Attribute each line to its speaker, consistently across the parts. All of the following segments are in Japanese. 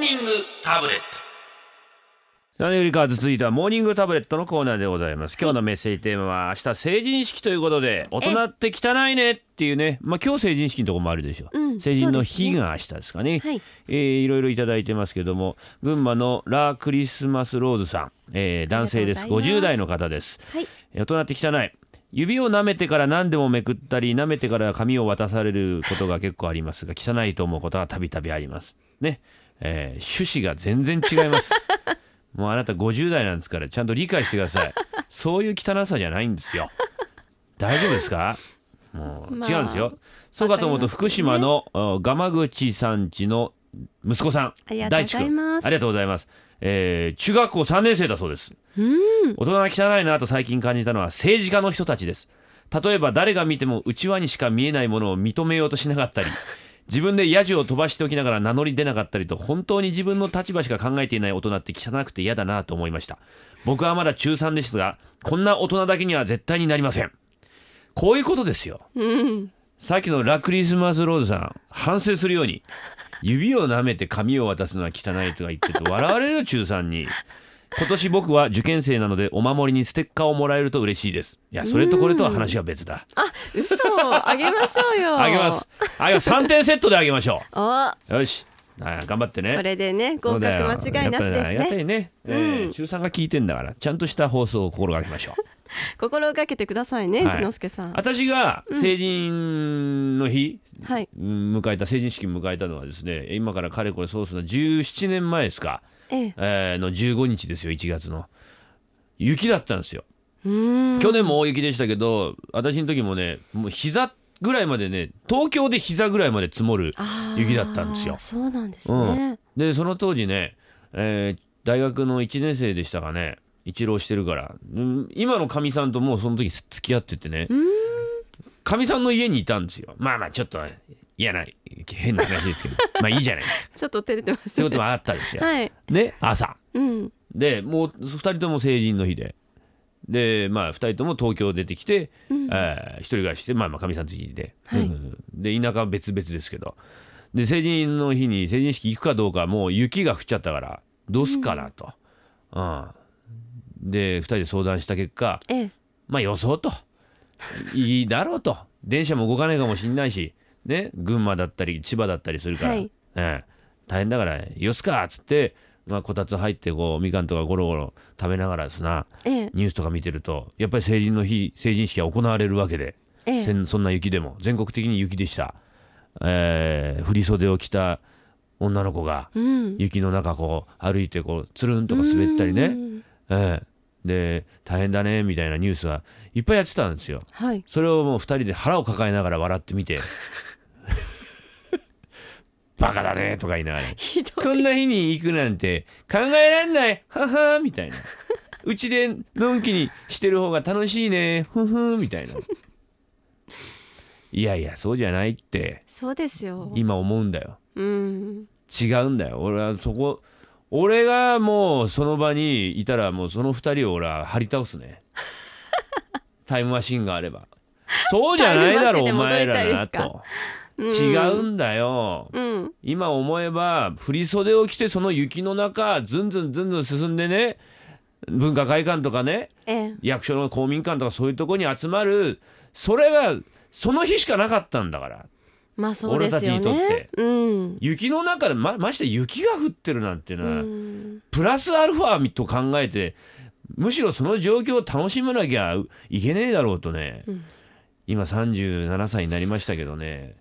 Speaker 1: ニングタブレット
Speaker 2: 何よりかは続いてはモーニングタブレットのコーナーでございます今日のメッセージテーマは明日成人式ということで大人って汚いねっていうねまあ今日成人式のとこもあるでしょ、
Speaker 3: うん
Speaker 2: 成人の
Speaker 3: そう
Speaker 2: 日
Speaker 3: ですね
Speaker 2: が明日ですかね
Speaker 3: はい
Speaker 2: えーいろいろいただいてますけども群馬のラークリスマスローズさん、えー男性です
Speaker 3: ありがとうござい
Speaker 2: 50
Speaker 3: ます
Speaker 2: 代の方です
Speaker 3: はい
Speaker 2: 大人って汚い指を舐めてから何でもめくったり舐めてから紙を渡されることが結構ありますが汚いと思うことはたびたびありますね、えー趣旨が全然違います もうあなた50代なんですからちゃんと理解してくださいそういう汚さじゃないんですよ大丈夫ですかもう
Speaker 3: まあ
Speaker 2: 違うんですよ、そうかと思うと
Speaker 3: わかり
Speaker 2: 福
Speaker 3: ますけど
Speaker 2: 島
Speaker 3: ね
Speaker 2: のあ蒲口さんちの息子さん
Speaker 3: ありがとう
Speaker 2: 大
Speaker 3: ご
Speaker 2: 地
Speaker 3: ざい
Speaker 2: 君
Speaker 3: ます
Speaker 2: ありがとうございます、えー中学校3年生だそうです大人が汚いなと最近感じたのは政治家の人たちです例えば誰が見ても内輪にしか見えないものを認めようとしなかったり 自分でヤジを飛ばしておきながら名乗り出なかったりと本当に自分の立場しか考えていない大人って汚くて嫌だなと思いました僕はまだ中3ですがこんな大人だけには絶対になりませんこういうことですよ
Speaker 3: うん
Speaker 2: さっきのラクリスマスローズさん反省するように指を舐めて髪を渡すのは汚いとか言ってて笑われるよ中3に今年僕は受験生なのでお守りにステッカーをもらえると嬉しいですいやそれとこれとは話は別だ
Speaker 3: あ嘘あげましょうよ
Speaker 2: あげますあげます3点セットであげましょ
Speaker 3: あ
Speaker 2: うよしあ頑張ってね
Speaker 3: これでね合格間違いなし
Speaker 2: そうだよやっぱりあり
Speaker 3: で
Speaker 2: が
Speaker 3: す
Speaker 2: た
Speaker 3: ね
Speaker 2: いね、えー中3が聞いてんだからちゃんとした放送を心がけましょう
Speaker 3: 心がけてくださいね
Speaker 2: はい
Speaker 3: 一之輔さん
Speaker 2: 私が成人の日、
Speaker 3: はい
Speaker 2: うん迎えた成人式を迎えたのはですね今からかれこれそうするの17年前ですか、
Speaker 3: ええ
Speaker 2: えーの15日ですよ1月の雪だったんですよ
Speaker 3: うーん
Speaker 2: 去年も大雪でしたけど私の時もねもう膝ぐらいまでね東京で膝ぐらいまで積もる
Speaker 3: あー
Speaker 2: 雪だったんですよ
Speaker 3: そうなんです
Speaker 2: うん
Speaker 3: ね、
Speaker 2: でその当時ね、えー大学の1年生でしたかね一浪してるから、うん今のかみさんともうその時付き合っててねかみさんの家にいたんですよまあまあちょっと嫌な変な話ですけどまあいいじゃないですか
Speaker 3: ちょっと照れてますね
Speaker 2: そういうこともあったですよ。
Speaker 3: はい
Speaker 2: ね朝
Speaker 3: うん
Speaker 2: でもう2人とも成人の日で。でまあ、2人とも東京出てきて、えー一人暮らししてまあまあかみさんの家で、
Speaker 3: はい
Speaker 2: うんで田舎は別々ですけどで成人の日に成人式行くかどうかもう雪が降っちゃったからどうすっかなと、うんで2人で相談した結果
Speaker 3: ええ
Speaker 2: まあ予想といいだろうと電車も動かないかもしんないし、ね、群馬だったり千葉だったりするから、
Speaker 3: はい
Speaker 2: ええ大変だからよすかっつって、まあ、こたつ入ってこうみかんとかゴロゴロ食べながらですな
Speaker 3: ええ
Speaker 2: ニュースとか見てるとやっぱり成人の日成人式は行われるわけで、
Speaker 3: ええ
Speaker 2: せんそんな雪でも全国的に雪でした、ええ振り袖を着た女の子が
Speaker 3: うん
Speaker 2: 雪の中こう歩いてこうつるんとか滑ったりね。
Speaker 3: うん
Speaker 2: ええ、で大変だねみたいなニュースはいっぱいやってたんですよ
Speaker 3: はい
Speaker 2: それをもう2人で腹を抱えながら笑ってみ てバカだねとか言いながら
Speaker 3: ひどい
Speaker 2: こんな日に行くなんて考えらんないははみたいなうちでのんきにしてる方が楽しいねふふみたいないやいやそうじゃないって
Speaker 3: そうですよ
Speaker 2: 今思うんだよ
Speaker 3: うん
Speaker 2: 違うんだよ俺はそこ俺がもうその場にいたらもうその二人を俺は張り倒すねタイムマシンがあればそうじゃないだろ
Speaker 3: タ
Speaker 2: お
Speaker 3: イムマ
Speaker 2: 前
Speaker 3: シンで戻りたい
Speaker 2: ら
Speaker 3: で
Speaker 2: な
Speaker 3: すか
Speaker 2: と、違うんだよ
Speaker 3: うん
Speaker 2: 今思えば振り袖を着てその雪の中ずんずんずんずん進んでね文化会館とかね
Speaker 3: ええ
Speaker 2: 役所の公民館とかそういうとこに集まるそれがその日しかなかったんだから
Speaker 3: まあそうです
Speaker 2: 俺たち
Speaker 3: よ
Speaker 2: にとって
Speaker 3: ねうん
Speaker 2: 雪の中でままして雪が降ってるなんていう
Speaker 3: う
Speaker 2: のは、
Speaker 3: ん
Speaker 2: プラスアルファと考えてむしろその状況を楽しまなきゃいけねえだろうとね、
Speaker 3: うん
Speaker 2: 今37歳になりましたけどね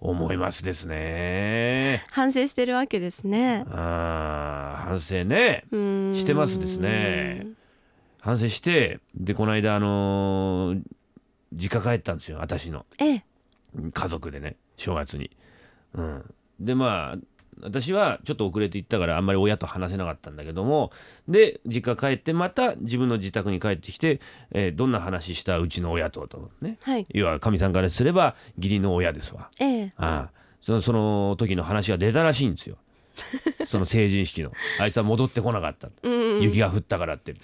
Speaker 2: 思いますですね
Speaker 3: 反省してるわけですね
Speaker 2: あー反省ね
Speaker 3: うん
Speaker 2: してますですね反省してでこの間あのー実家帰ったんですよ私の
Speaker 3: ええ
Speaker 2: 家族でね正月に、うん、でまあ私はちょっと遅れて行ったからあんまり親と話せなかったんだけどもで実家帰ってまた自分の自宅に帰ってきて、えーどんな話したうちの親ととね
Speaker 3: はい
Speaker 2: 要はかみさんからすれば義理の親ですわ
Speaker 3: ええ
Speaker 2: ああそのその時の話が出たらしいんです よその成人式のあいつは戻ってこなかった
Speaker 3: うん
Speaker 2: 雪が降ったからって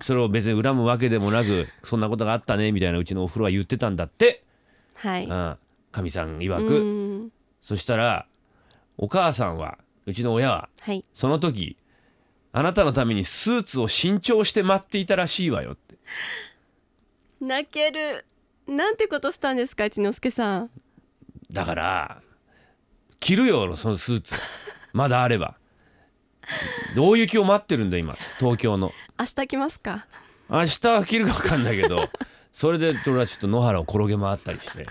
Speaker 2: それを別に恨むわけでもなくそんなことがあったねみたいなうちのお風呂は言ってたんだって
Speaker 3: はい
Speaker 2: うんかみさん曰
Speaker 3: う
Speaker 2: く、
Speaker 3: ん
Speaker 2: そしたらお母さんはうちの親は
Speaker 3: はい。
Speaker 2: その時あなたのためにスーツを新調して待っていたらしいわよって
Speaker 3: 泣ける。なんてことしたんですか、一之輔さん。
Speaker 2: だから着るよそのスーツまだあれば大雪を待ってるんだ今東京の
Speaker 3: 明日来ま すか。
Speaker 2: 明日は着るか分かんないけどそれで俺はちょっと野原を転げ回ったりして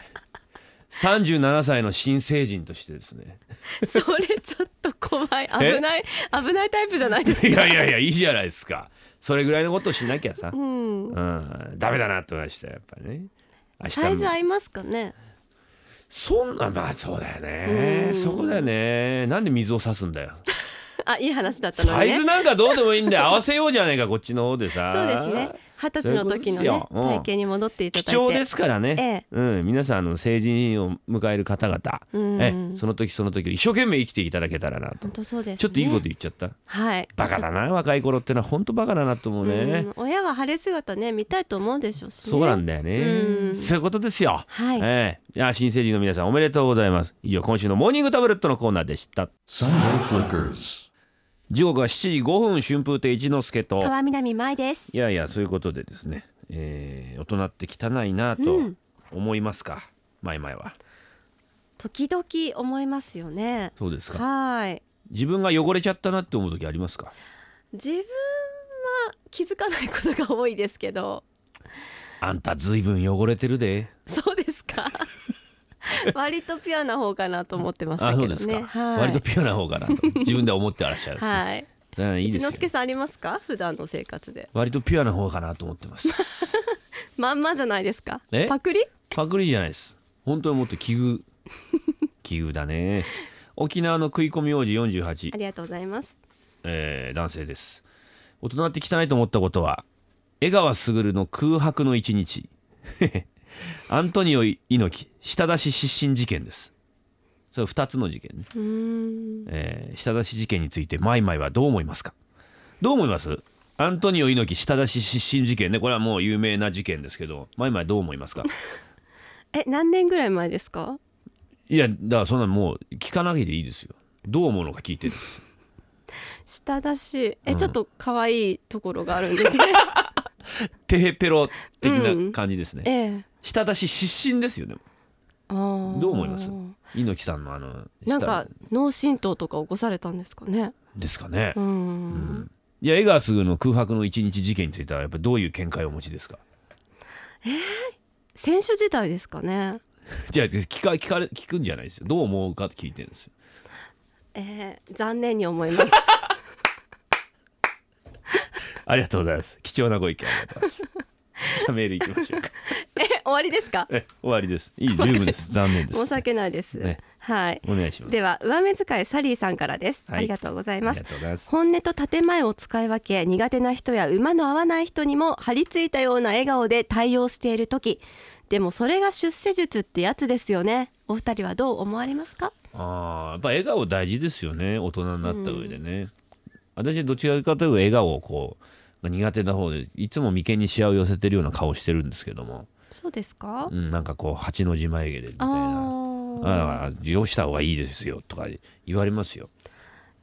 Speaker 2: 37歳の新成人としてですね
Speaker 3: それちょっと怖い。
Speaker 2: え
Speaker 3: 危ない。危ないタイプじゃないですか。
Speaker 2: いやいやいやいいじゃないですかそれぐらいのことをしなきゃさ、
Speaker 3: うん。
Speaker 2: うん、ダメだなって思いましたやっぱりね明日も
Speaker 3: サイズ合いますかね。
Speaker 2: そんなまあそうだよね
Speaker 3: うん
Speaker 2: そこだよねなんで水を差すんだよ
Speaker 3: あ、いい話だったの
Speaker 2: サ
Speaker 3: に
Speaker 2: イズ
Speaker 3: ね。
Speaker 2: なんかどうでもいい んで合わせようじゃないかこっちの方でさ
Speaker 3: そうですね。二十歳の時のね、
Speaker 2: そういうことですようん
Speaker 3: 体型に戻っていただいて。
Speaker 2: 貴重ですからね、うん、皆さんあの成人を迎える方々、
Speaker 3: うん
Speaker 2: えその時その時を一生懸命生きていただけたらなと、
Speaker 3: 本当そうです、ね。
Speaker 2: ちょっといいこと言っちゃった
Speaker 3: はい。
Speaker 2: バカだな若い頃ってのは本当バカだなと思うね、
Speaker 3: うん親は晴れ姿ね見たいと思うでしょうし、ね、
Speaker 2: そうなんだよね、
Speaker 3: うん
Speaker 2: そういうことですよ、
Speaker 3: はい
Speaker 2: ええいや新成人の皆さんおめでとうございます以上今週のモーニングタブレットのコーナーでした
Speaker 1: Sunday Flickers.
Speaker 2: 時刻は7時5分春風亭一之輔と
Speaker 3: 川南舞です
Speaker 2: いやいやそういうことでですね、えー大人って汚いなと思いますか、前々は
Speaker 3: 時々思いますよね
Speaker 2: そうですか
Speaker 3: はい
Speaker 2: 自分が汚れちゃったなって思う時ありますか
Speaker 3: 自分は気づかないことが多いですけど
Speaker 2: あんたずいぶん汚れてるで
Speaker 3: そうです か割とピュアな方かなと思ってました
Speaker 2: あそ
Speaker 3: け
Speaker 2: う
Speaker 3: ど
Speaker 2: です
Speaker 3: ね
Speaker 2: か、
Speaker 3: はい
Speaker 2: 割とピュアな方か なと自分では思ってらっしゃるんですね、
Speaker 3: はい
Speaker 2: うんいい
Speaker 3: 一
Speaker 2: ですよ
Speaker 3: 之輔さんありますか普段の生活で
Speaker 2: 割とピュアな方かなと思ってます
Speaker 3: まんまじゃないですか
Speaker 2: え
Speaker 3: パクリ
Speaker 2: パクリじゃないです本当にもっと奇 遇奇遇だね沖縄の食い込み王子48
Speaker 3: ありがとうございます
Speaker 2: えー男性です大人って汚いと思ったことは江川卓の空白の一日 アントニオ猪木舌出し失神事件ですそれ2つの事件ね、
Speaker 3: うーん
Speaker 2: えー舌出し事件についてマイマイはどう思いますかどう思いますアントニオ猪木舌出し失神事件ねこれはもう有名な事件ですけどマイマイどう思います か
Speaker 3: え何年ぐらい前ですか
Speaker 2: いやだからそんなのもう聞かなきゃでいいですよどう思うのか聞いてる
Speaker 3: 下だしえ、
Speaker 2: うん
Speaker 3: ちょっと可愛いところがあるん ですね
Speaker 2: テヘペロ的な感じですね、
Speaker 3: ええ
Speaker 2: 舌出し失神ですよね
Speaker 3: あー
Speaker 2: どう思います猪木さんのあの
Speaker 3: なんか
Speaker 2: 下
Speaker 3: 脳震盪とか起こされたんですかね
Speaker 2: ですかね
Speaker 3: う、ん
Speaker 2: うんいや江川卓の空白の一日事件についてはやっぱどういう見解をお持ちですか
Speaker 3: 選手自体ですかね
Speaker 2: じゃあ聞か聞かれ聞くんじゃないですよどう思うかって聞いてるんですよ
Speaker 3: えー、残念に思い ます
Speaker 2: ありがとうございます貴重なご意見ありがとう ございますじゃあメールいきましょうか
Speaker 3: え終わりですか
Speaker 2: え終わりですいい十分 です残念です
Speaker 3: 申し訳ないです、
Speaker 2: ね
Speaker 3: はい
Speaker 2: お願いします
Speaker 3: では上目遣いサリーさんからです、
Speaker 2: はい
Speaker 3: ありがとうござい
Speaker 2: あ
Speaker 3: ま
Speaker 2: り
Speaker 3: す
Speaker 2: がとうございます
Speaker 3: 本音と建前を使い分け苦手な人や馬の合わない人にも張り付いたような笑顔で対応している時でもそれが出世術ってやつですよねお二人はどう思われますか
Speaker 2: あーやっぱ笑顔大事ですよね大人になった上でね、私どちらかというと笑顔をこう苦手な方でいつも眉間にしわを寄せてるような顔してるんですけども
Speaker 3: そうですか、
Speaker 2: うん、なんかこう八の字眉毛でみたい
Speaker 3: あ
Speaker 2: な。
Speaker 3: ー
Speaker 2: あだからよした方がいいですよとか言われますよ。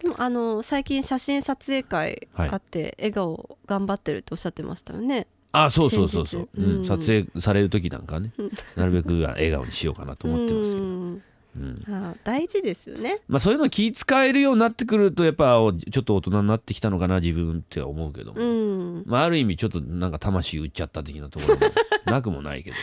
Speaker 3: でもあの最近写真撮影会
Speaker 2: はい
Speaker 3: あって、笑顔頑張ってるっておっしゃってましたよね
Speaker 2: あそうそうそうそう、
Speaker 3: 先
Speaker 2: う、
Speaker 3: 日うんん
Speaker 2: 撮影される時なんかねなるべく笑顔にしようかなと思ってますけど、
Speaker 3: うん
Speaker 2: うん
Speaker 3: あー大事ですよね
Speaker 2: まあ、そういうの気使えるようになってくるとやっぱおちょっと大人になってきたのかな自分って思うけども、
Speaker 3: うん
Speaker 2: まあ、ある意味ちょっとなんか魂売っちゃった的なところ もなくもないけど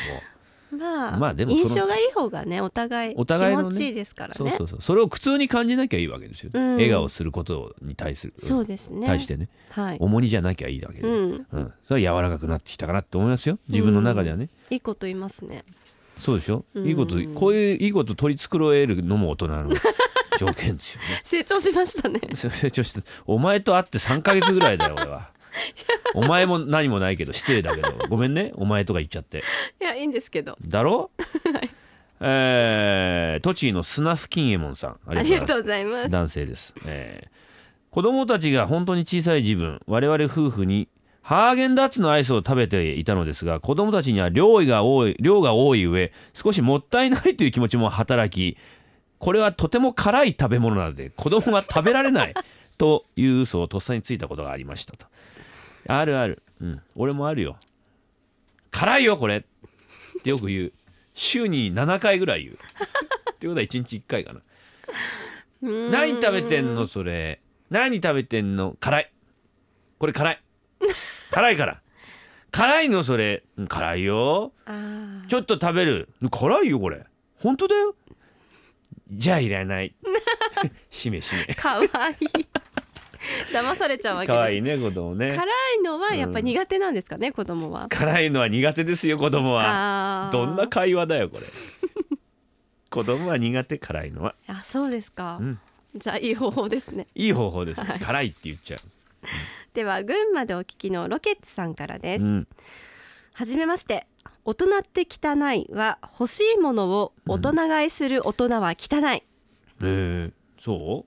Speaker 3: まあ、
Speaker 2: まあでもその
Speaker 3: 印象がいい方がねお互い
Speaker 2: お互いのね
Speaker 3: 気持ちいいですからね
Speaker 2: も、そうそうそうそれを苦痛に感じなきゃいいわけですよ、
Speaker 3: うん
Speaker 2: 笑顔することに対する
Speaker 3: そうですね
Speaker 2: 対してね
Speaker 3: はい、
Speaker 2: 重荷じゃなきゃいいだけで、
Speaker 3: うん、
Speaker 2: うん、それは柔らかくなってきたかなって思いますよ自分の中ではね、
Speaker 3: いいこと言いますね
Speaker 2: そうでしょ、
Speaker 3: うん
Speaker 2: いいことこういういいこと取り繕えるのも大人 の条件ですよね
Speaker 3: 成長しまし たね
Speaker 2: それ成長してお前と会って3ヶ月ぐらいだよ俺 はお前も何もないけど失礼だけどごめんねお前とか言っちゃって
Speaker 3: いやいいんですけど
Speaker 2: だ ろ、えー、栃木の砂付近えもんさんあ
Speaker 3: あ
Speaker 2: り
Speaker 3: り
Speaker 2: がとうござい
Speaker 3: が
Speaker 2: ます
Speaker 3: とうございます
Speaker 2: 男性です、えー子供たちが本当に小さい自分我々夫婦にハーゲンダッツのアイスを食べていたのですが子供たちには量が多い量が多い上少しもったいないという気持ちも働きこれはとても辛い食べ物なので子供は食べられ ないという嘘をとっさについたことがありましたとあるある、うん、俺もあるよ辛いよこれってよく言う週に7回ぐらい言うってことは1日1回かな何食べてんのそれ何食べてんの辛いこれ辛い辛いから辛いのそれうん辛いよ
Speaker 3: あー
Speaker 2: ちょっと食べる辛いよこれ本当だよじゃあいらない しめしめ
Speaker 3: かわいい騙されちゃうわけ
Speaker 2: 可
Speaker 3: です
Speaker 2: 愛いね子供ね
Speaker 3: 辛いのはやっぱ苦手なんですかね、子供は。
Speaker 2: 辛いのは苦手ですよ子供は
Speaker 3: あー
Speaker 2: どんな会話だよこれ 子供は苦手辛いのは
Speaker 3: あそうですか、
Speaker 2: うん
Speaker 3: じゃあいい方法ですね
Speaker 2: いい方法ですよ辛いって言っちゃ
Speaker 3: では群馬でお聞きのロケッツさんからで
Speaker 2: う、
Speaker 3: す、
Speaker 2: うん、
Speaker 3: はじめまして大人って汚いは欲しいものを大人買いする大人は汚い、
Speaker 2: えー、そ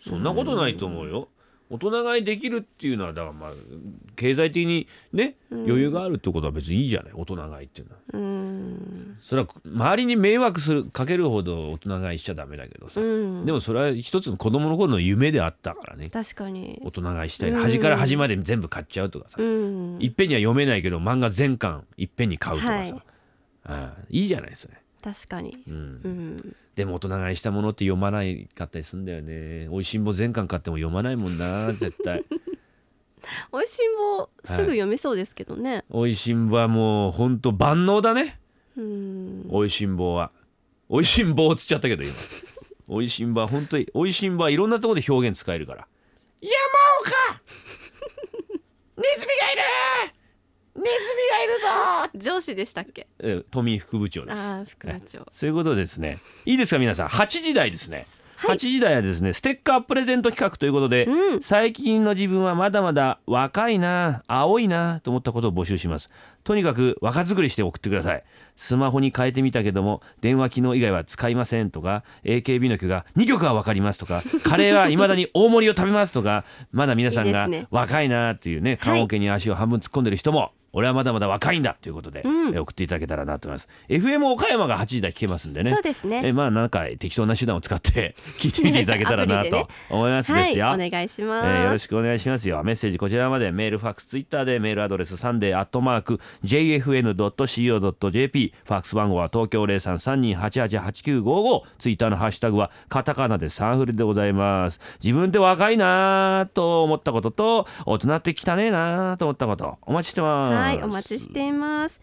Speaker 2: うそんなことないと思うよ大人買いできるっていうのはだからまあ経済的にね余裕があるってことは別にいいじゃない大人買いっていうのは
Speaker 3: うーん
Speaker 2: それは周りに迷惑するかけるほど大人買いしちゃダメだけどさ、
Speaker 3: うん
Speaker 2: でもそれは一つの子供の頃の夢であったからね
Speaker 3: 確かに
Speaker 2: 大人買いしたい
Speaker 3: うん
Speaker 2: 端から端まで全部買っちゃうとかさ、
Speaker 3: うん
Speaker 2: いっぺんには読めないけど漫画全巻いっぺんに買うとかさ、
Speaker 3: はい
Speaker 2: ああいいじゃないそれ、
Speaker 3: 確かに
Speaker 2: うん
Speaker 3: うん
Speaker 2: でも大人買いしたものって読まないかったりするんだよねおいしんぼ全巻買っても読まないもんな 絶対
Speaker 3: 美味しんぼすぐ読めそうですけどね、
Speaker 2: おいしんぼはもうほんと万能だね
Speaker 3: うん
Speaker 2: おいしんぼはおいしんぼをつっちゃったけど今 おいしんぼは本当においしんぼはいろんなところで表現使えるから山岡ネズミがいるネズミがいるぞ
Speaker 3: 上司でしたっけ
Speaker 2: え富井副部長です
Speaker 3: ああ副部長
Speaker 2: そういうことですねいいですか皆さん8時台ですね8時台はですねステッカープレゼント企画ということで、
Speaker 3: うん
Speaker 2: 最近の自分はまだまだ若いな青いなと思ったことを募集しますとにかく若作りして送ってくださいスマホに変えてみたけども電話機能以外は使いませんとか AKB の曲が2曲は分かりますとかカレーはいまだに大盛りを食べますとかまだ皆さんが
Speaker 3: いいですね
Speaker 2: 若いなっていうね
Speaker 3: は
Speaker 2: カ
Speaker 3: い
Speaker 2: ラオケに足を半分突っ込んでる人も俺はまだまだ若いんだということで、
Speaker 3: うん
Speaker 2: え送っていただけたらなと思います FM 岡山が8時台聞けますんでね
Speaker 3: そうですね
Speaker 2: えまあなんか適当な手段を使って 聞いてみていただけたらな
Speaker 3: アプリでね
Speaker 2: と思いますですよ、
Speaker 3: はいお願いし
Speaker 2: え
Speaker 3: ます、
Speaker 2: ーよろしくお願いしますよメッセージこちらまでメールファックスツイッターでメールアドレスサンデーアットマーク JFN.CO.JP ファックス番号は東京0332888955ツイッターのハッシュタグはカタカナでサンフルでございます自分って若いなぁと思ったことと大人って汚ねえなぁと思ったことお待ちしてます
Speaker 3: はい、お待ちしています。